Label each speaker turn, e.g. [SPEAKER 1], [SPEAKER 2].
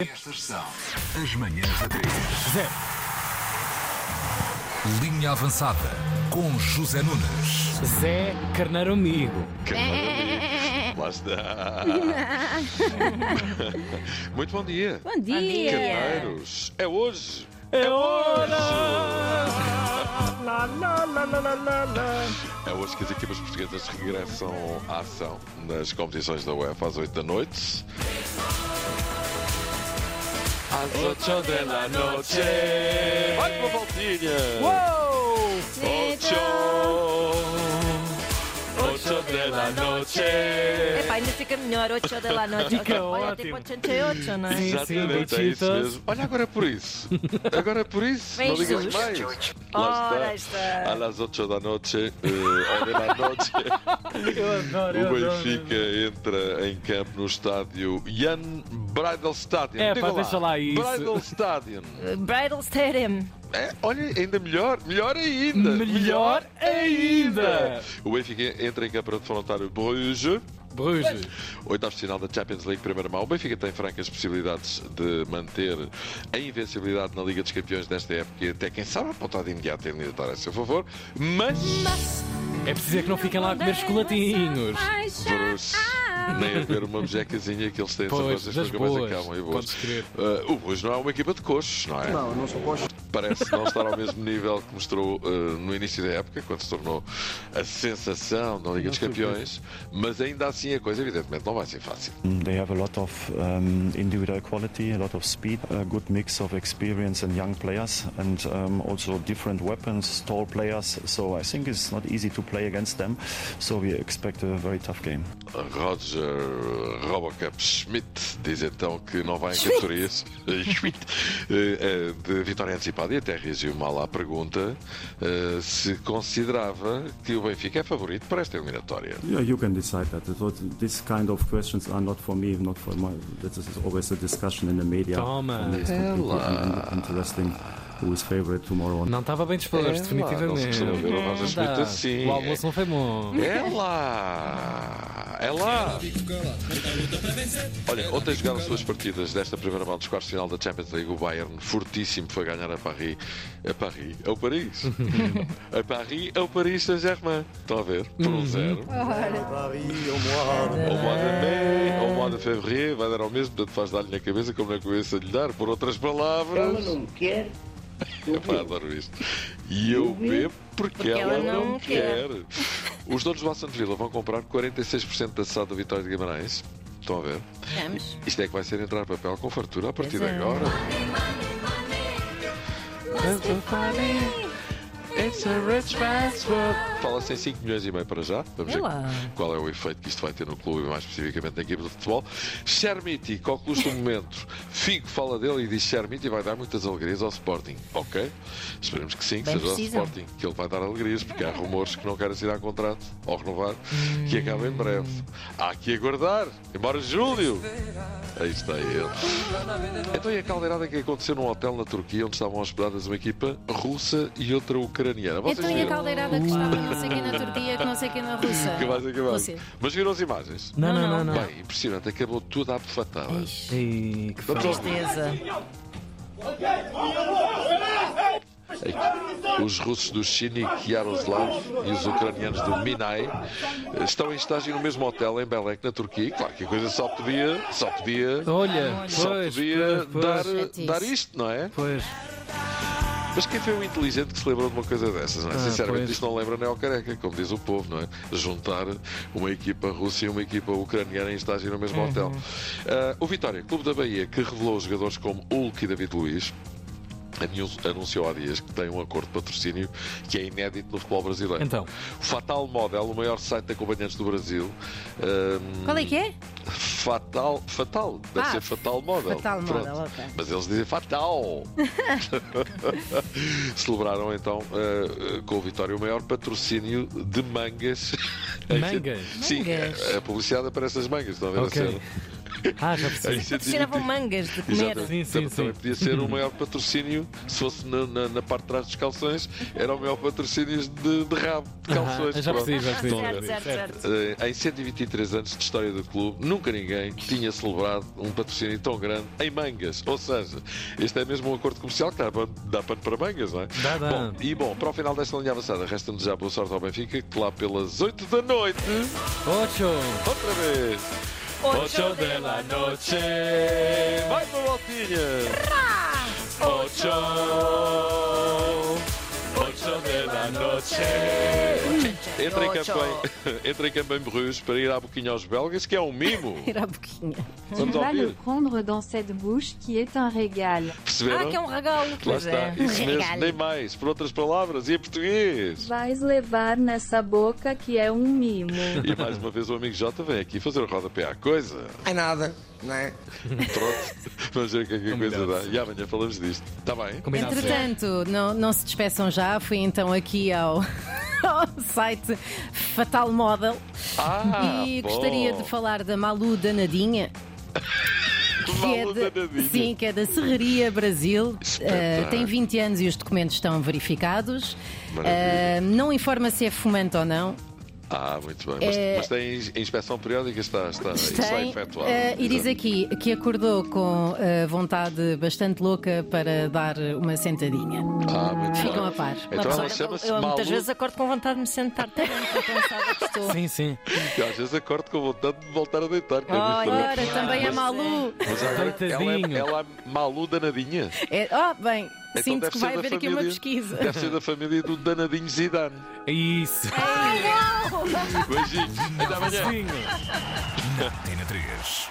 [SPEAKER 1] Estas são as manhãs da 3. Linha avançada com José Nunes.
[SPEAKER 2] Zé Carneiro Amigo.
[SPEAKER 3] Lá está. Muito bom dia.
[SPEAKER 4] Bom dia!
[SPEAKER 3] Carneiros. É hoje.
[SPEAKER 2] É hora!
[SPEAKER 3] É hoje que as equipas portuguesas regressam à ação nas competições da UEFA às 8 da noite. Às 8 da noite. Vai uma voltinha. Ocho. Ocho de la noche.
[SPEAKER 4] Epá, ainda fica melhor 8 da la noite.
[SPEAKER 2] Fica
[SPEAKER 4] Olha,
[SPEAKER 2] ótimo.
[SPEAKER 4] tipo 88, não é?
[SPEAKER 2] Sim, sim,
[SPEAKER 3] Exatamente, é isso
[SPEAKER 2] beijitos.
[SPEAKER 3] mesmo. Olha agora é por isso. Agora é por isso.
[SPEAKER 4] Vem
[SPEAKER 3] não ligas
[SPEAKER 4] Jesus.
[SPEAKER 3] mais.
[SPEAKER 4] Ora está.
[SPEAKER 3] Às 8 da noite, eh, hora da noite,
[SPEAKER 2] Eu adoro,
[SPEAKER 3] o
[SPEAKER 2] eu adoro.
[SPEAKER 3] Benfica entra em campo no estádio Jan Bridal Stadium.
[SPEAKER 2] É,
[SPEAKER 3] Diga
[SPEAKER 2] pá, deixa lá isso.
[SPEAKER 3] Bridal Stadium.
[SPEAKER 4] Bridal Stadium.
[SPEAKER 3] É, olha, ainda melhor, melhor ainda.
[SPEAKER 2] Melhor ainda!
[SPEAKER 3] O Benfica entra em campo para defrontar o Bruges.
[SPEAKER 2] Bruges.
[SPEAKER 3] Oitavos de final da Champions League, primeira mão. O Benfica tem francas possibilidades de manter a invencibilidade na Liga dos Campeões desta época e até, quem sabe, apontar de imediato e militar a seu favor. Mas,
[SPEAKER 2] É preciso é que não fiquem lá a comer chocolatinhos.
[SPEAKER 3] Bruce, nem haver uma bejecazinha que eles têm
[SPEAKER 2] Pois,
[SPEAKER 3] essas
[SPEAKER 2] das
[SPEAKER 3] coisas é que mais
[SPEAKER 2] boas.
[SPEAKER 3] acabam. E boas.
[SPEAKER 2] Podes crer.
[SPEAKER 3] Ah, o Boas não é uma equipa de coxos, não é?
[SPEAKER 5] Não, não sou coxa.
[SPEAKER 3] Parece não estar ao mesmo nível que mostrou ah, no início da época, quando se tornou a sensação da Liga dos Campeões, mas ainda assim a coisa, evidentemente, não vai ser fácil.
[SPEAKER 6] They have a lot of um, individual quality, a lot of speed, a good mix of experience and young players, and um, also different weapons, tall players. So I think it's not easy to play against them. So we expect a very tough game.
[SPEAKER 3] Roger Robocop Schmidt diz então que não vai em categorias Schmidt, eh, eh, de vitória antecipada e até reagiu mal à pergunta eh, se considerava que o Benfica é favorito para esta eliminatória.
[SPEAKER 7] Yeah, you can decide that. So th- These kind of questions are not for me, not for my. This is always a discussion in the media.
[SPEAKER 2] Toma.
[SPEAKER 7] And it's completely un- interesting who is favorite tomorrow.
[SPEAKER 2] Não estava bem disposto,
[SPEAKER 3] É, lá, não se
[SPEAKER 2] definitivamente.
[SPEAKER 3] costuma ver o Roger
[SPEAKER 2] Não
[SPEAKER 3] Schmidt
[SPEAKER 2] dá.
[SPEAKER 3] assim.
[SPEAKER 2] O almoço não foi bom.
[SPEAKER 3] É lá! É lá! Olha, ontem jogaram suas partidas desta primeira mão dos quartos de final da Champions League. O Bayern, fortíssimo, foi ganhar a Paris. A Paris? Ao Paris! a Paris, ao Paris Saint-Germain. Estão a ver? Por um zero. Ao mois de mai, ao mois de fevereiro, vai dar ao mesmo, portanto faz dar-lhe na cabeça como na cabeça lhe dar, por outras palavras.
[SPEAKER 8] Ela não quer.
[SPEAKER 3] Eu pá, adoro isto. E eu bebo porque, ela, não, quer. Os donos do Aston Villa vão comprar 46% da SAD da Vitória de Guimarães. Estão a ver?
[SPEAKER 4] Vamos.
[SPEAKER 3] Isto é que vai ser entrar papel com fartura a partir de
[SPEAKER 4] Pois é.
[SPEAKER 3] agora. Fala-se em 5 milhões e meio para já. Vamos ver
[SPEAKER 4] Ela.
[SPEAKER 3] qual é o efeito que isto vai ter no clube e mais especificamente na equipe de futebol. Chermiti, conclui o momento. Fico fala dele e diz Chermiti vai dar muitas alegrias ao Sporting. Ok? Esperemos que sim, que
[SPEAKER 9] É
[SPEAKER 4] Bem
[SPEAKER 3] seja
[SPEAKER 4] precisam.
[SPEAKER 3] ao Sporting, que ele vai dar alegrias, porque há rumores que não querem assinar contrato ou renovar, que acaba em breve. Há que aguardar. Embora Júlio! Aí está ele. Então, e a caldeirada que aconteceu num hotel na Turquia, onde estavam hospedadas uma equipa russa e outra ucraniana? Vocês
[SPEAKER 9] Então e a
[SPEAKER 3] viram?
[SPEAKER 9] caldeirada que estava não sei quem na Turquia, que não sei quem na Rússia.
[SPEAKER 3] Que mais é que mais?
[SPEAKER 9] Rússia. Ah.
[SPEAKER 3] Mas viram as imagens?
[SPEAKER 2] Não, não, não. não.
[SPEAKER 3] Bem, impressionante, acabou tudo à bufetada.
[SPEAKER 2] Ei, que
[SPEAKER 3] Vamos ouvir.
[SPEAKER 4] Certeza.
[SPEAKER 3] Os russos do Chinik Yaroslav e os ucranianos do Minai eh, estão em estágio no mesmo hotel em Belek, na Turquia. Claro que a coisa só podia, só podia,
[SPEAKER 2] Olha,
[SPEAKER 3] só
[SPEAKER 2] pois,
[SPEAKER 3] podia
[SPEAKER 2] pois, pois,
[SPEAKER 3] dar,
[SPEAKER 9] Chatice.
[SPEAKER 3] dar isto, não é?
[SPEAKER 2] pois.
[SPEAKER 3] Mas quem foi o inteligente que se lembrou de uma coisa dessas, não é?
[SPEAKER 2] Ah,
[SPEAKER 3] Sinceramente,
[SPEAKER 2] pois.
[SPEAKER 3] isto não lembra nem ao careca, como diz o povo, não é? Juntar uma equipa russa e uma equipa ucraniana em estágio no
[SPEAKER 2] Uhum.
[SPEAKER 3] mesmo hotel. Ah, o Vitória, Clube da Bahia, que revelou os jogadores como Hulk e David Luiz. anu- Anunciou há dias que tem um acordo de patrocínio que é inédito no futebol brasileiro.
[SPEAKER 2] Então.
[SPEAKER 3] O Fatal Model, o maior site de acompanhantes do Brasil. ah,
[SPEAKER 9] Qual é que é?
[SPEAKER 3] Fatal, fatal, deve
[SPEAKER 9] Ah,
[SPEAKER 3] ser Fatal Model.
[SPEAKER 4] Fatal Model,
[SPEAKER 3] Pronto.
[SPEAKER 4] ok.
[SPEAKER 3] Mas eles dizem Fatal. Celebraram então eh, eh, com o Vitória o maior patrocínio de mangas.
[SPEAKER 2] Mangas?
[SPEAKER 3] Sim, é,
[SPEAKER 9] Mangas?
[SPEAKER 3] a- a publicidade aparece nas mangas, estão a ver
[SPEAKER 2] Ok.
[SPEAKER 3] a cena?
[SPEAKER 2] Ah, já
[SPEAKER 3] É
[SPEAKER 2] percebi.
[SPEAKER 4] Cheiravam mangas de comer.
[SPEAKER 3] Exatamente.
[SPEAKER 2] Sim, sim,
[SPEAKER 3] Também-
[SPEAKER 2] sim.
[SPEAKER 3] também Podia ser o maior patrocínio, se fosse na, na- na parte de trás dos calções, era o maior patrocínio de, de rabo de calções.
[SPEAKER 2] Ah, já
[SPEAKER 3] pronto.
[SPEAKER 2] percebi, já percebi.
[SPEAKER 3] Estão a ver?
[SPEAKER 4] Certo, certo, certo.
[SPEAKER 3] Eh, em 123 anos de história do clube, nunca ninguém tinha celebrado um patrocínio tão grande em mangas. Ou seja, este é mesmo um acordo comercial que dá pano, dá pano para mangas, não é?
[SPEAKER 2] Dá, dá.
[SPEAKER 3] Bom, e bom, para o final desta linha avançada, resta-nos já boa sorte ao Benfica, que lá pelas 8 da noite,
[SPEAKER 2] Ocho!
[SPEAKER 3] outra vez,
[SPEAKER 4] Ocho de la
[SPEAKER 3] noite, vai uma voltinha! Ocho, ocho de la noche. Entra em campanha, entra em campanha Bruges para ir à boquinha aos belgas, que é um mimo.
[SPEAKER 4] Era a boquinha.
[SPEAKER 5] Tu
[SPEAKER 3] Vamos
[SPEAKER 5] vas le
[SPEAKER 3] ouvir,
[SPEAKER 5] prendre dans cette bouche qui est un régal.
[SPEAKER 4] Ah, que é
[SPEAKER 3] perceberam?
[SPEAKER 4] um regalo.
[SPEAKER 3] Lá
[SPEAKER 4] Pois
[SPEAKER 3] está,
[SPEAKER 4] é.
[SPEAKER 3] isso mesmo, nem mais. Por outras palavras, e em português.
[SPEAKER 5] Vais levar nessa boca que é um mimo.
[SPEAKER 3] E mais uma vez o amigo Jota vem aqui fazer o rodapé à coisa.
[SPEAKER 8] É nada, não é?
[SPEAKER 3] Pronto, vamos ver o que é que a coisa dá. E amanhã falamos disto. Está bem?
[SPEAKER 2] Combinado.
[SPEAKER 9] Entretanto, não, não se despeçam já. Fui então aqui ao, ao site Fatal Model
[SPEAKER 3] Ah,
[SPEAKER 9] é e
[SPEAKER 3] bom.
[SPEAKER 9] gostaria de falar da Malu Danadinha. que é
[SPEAKER 3] Malu
[SPEAKER 9] da-
[SPEAKER 3] danadinha.
[SPEAKER 9] sim, que é da Serraria Brasil.
[SPEAKER 3] Espetáculo.
[SPEAKER 9] Uh, tem 20 anos e os documentos estão verificados.
[SPEAKER 3] Maravilha.
[SPEAKER 9] Uh, não informa se é fumante ou não.
[SPEAKER 3] Ah, muito bem. Mas,
[SPEAKER 9] É-
[SPEAKER 3] mas tem ins- inspeção periódica, está, está, está
[SPEAKER 9] Tem,
[SPEAKER 3] é efetuado.
[SPEAKER 9] eh, e diz
[SPEAKER 3] Exato.
[SPEAKER 9] aqui que acordou com eh, vontade bastante louca para dar uma sentadinha.
[SPEAKER 3] Ah, muito
[SPEAKER 9] Ficam
[SPEAKER 3] bem.
[SPEAKER 9] a par. Uma
[SPEAKER 3] Então
[SPEAKER 9] pessoa-
[SPEAKER 3] ela chama-se
[SPEAKER 4] Eu
[SPEAKER 3] Malu.
[SPEAKER 4] muitas vezes acordo com vontade de me sentar também, tão
[SPEAKER 9] Então
[SPEAKER 4] cansada que estou.
[SPEAKER 2] Sim, sim.
[SPEAKER 3] E às vezes acordo com vontade de voltar a deitar. que é
[SPEAKER 4] Olha.
[SPEAKER 3] diferente.
[SPEAKER 9] Ora, também é Malu.
[SPEAKER 3] Mas agora ela é,
[SPEAKER 2] Coitadinho.
[SPEAKER 3] ela é Malu danadinha.
[SPEAKER 9] É, oh, bem,
[SPEAKER 3] Então
[SPEAKER 9] sinto
[SPEAKER 3] deve
[SPEAKER 9] que
[SPEAKER 3] ser
[SPEAKER 9] vai
[SPEAKER 3] da
[SPEAKER 9] haver aqui uma
[SPEAKER 3] família-
[SPEAKER 9] pesquisa.
[SPEAKER 3] Deve ser da família do danadinho Zidane.
[SPEAKER 2] É Isso.
[SPEAKER 3] Beijinhos. Até amanhã.
[SPEAKER 2] Sim.
[SPEAKER 1] Antena 3.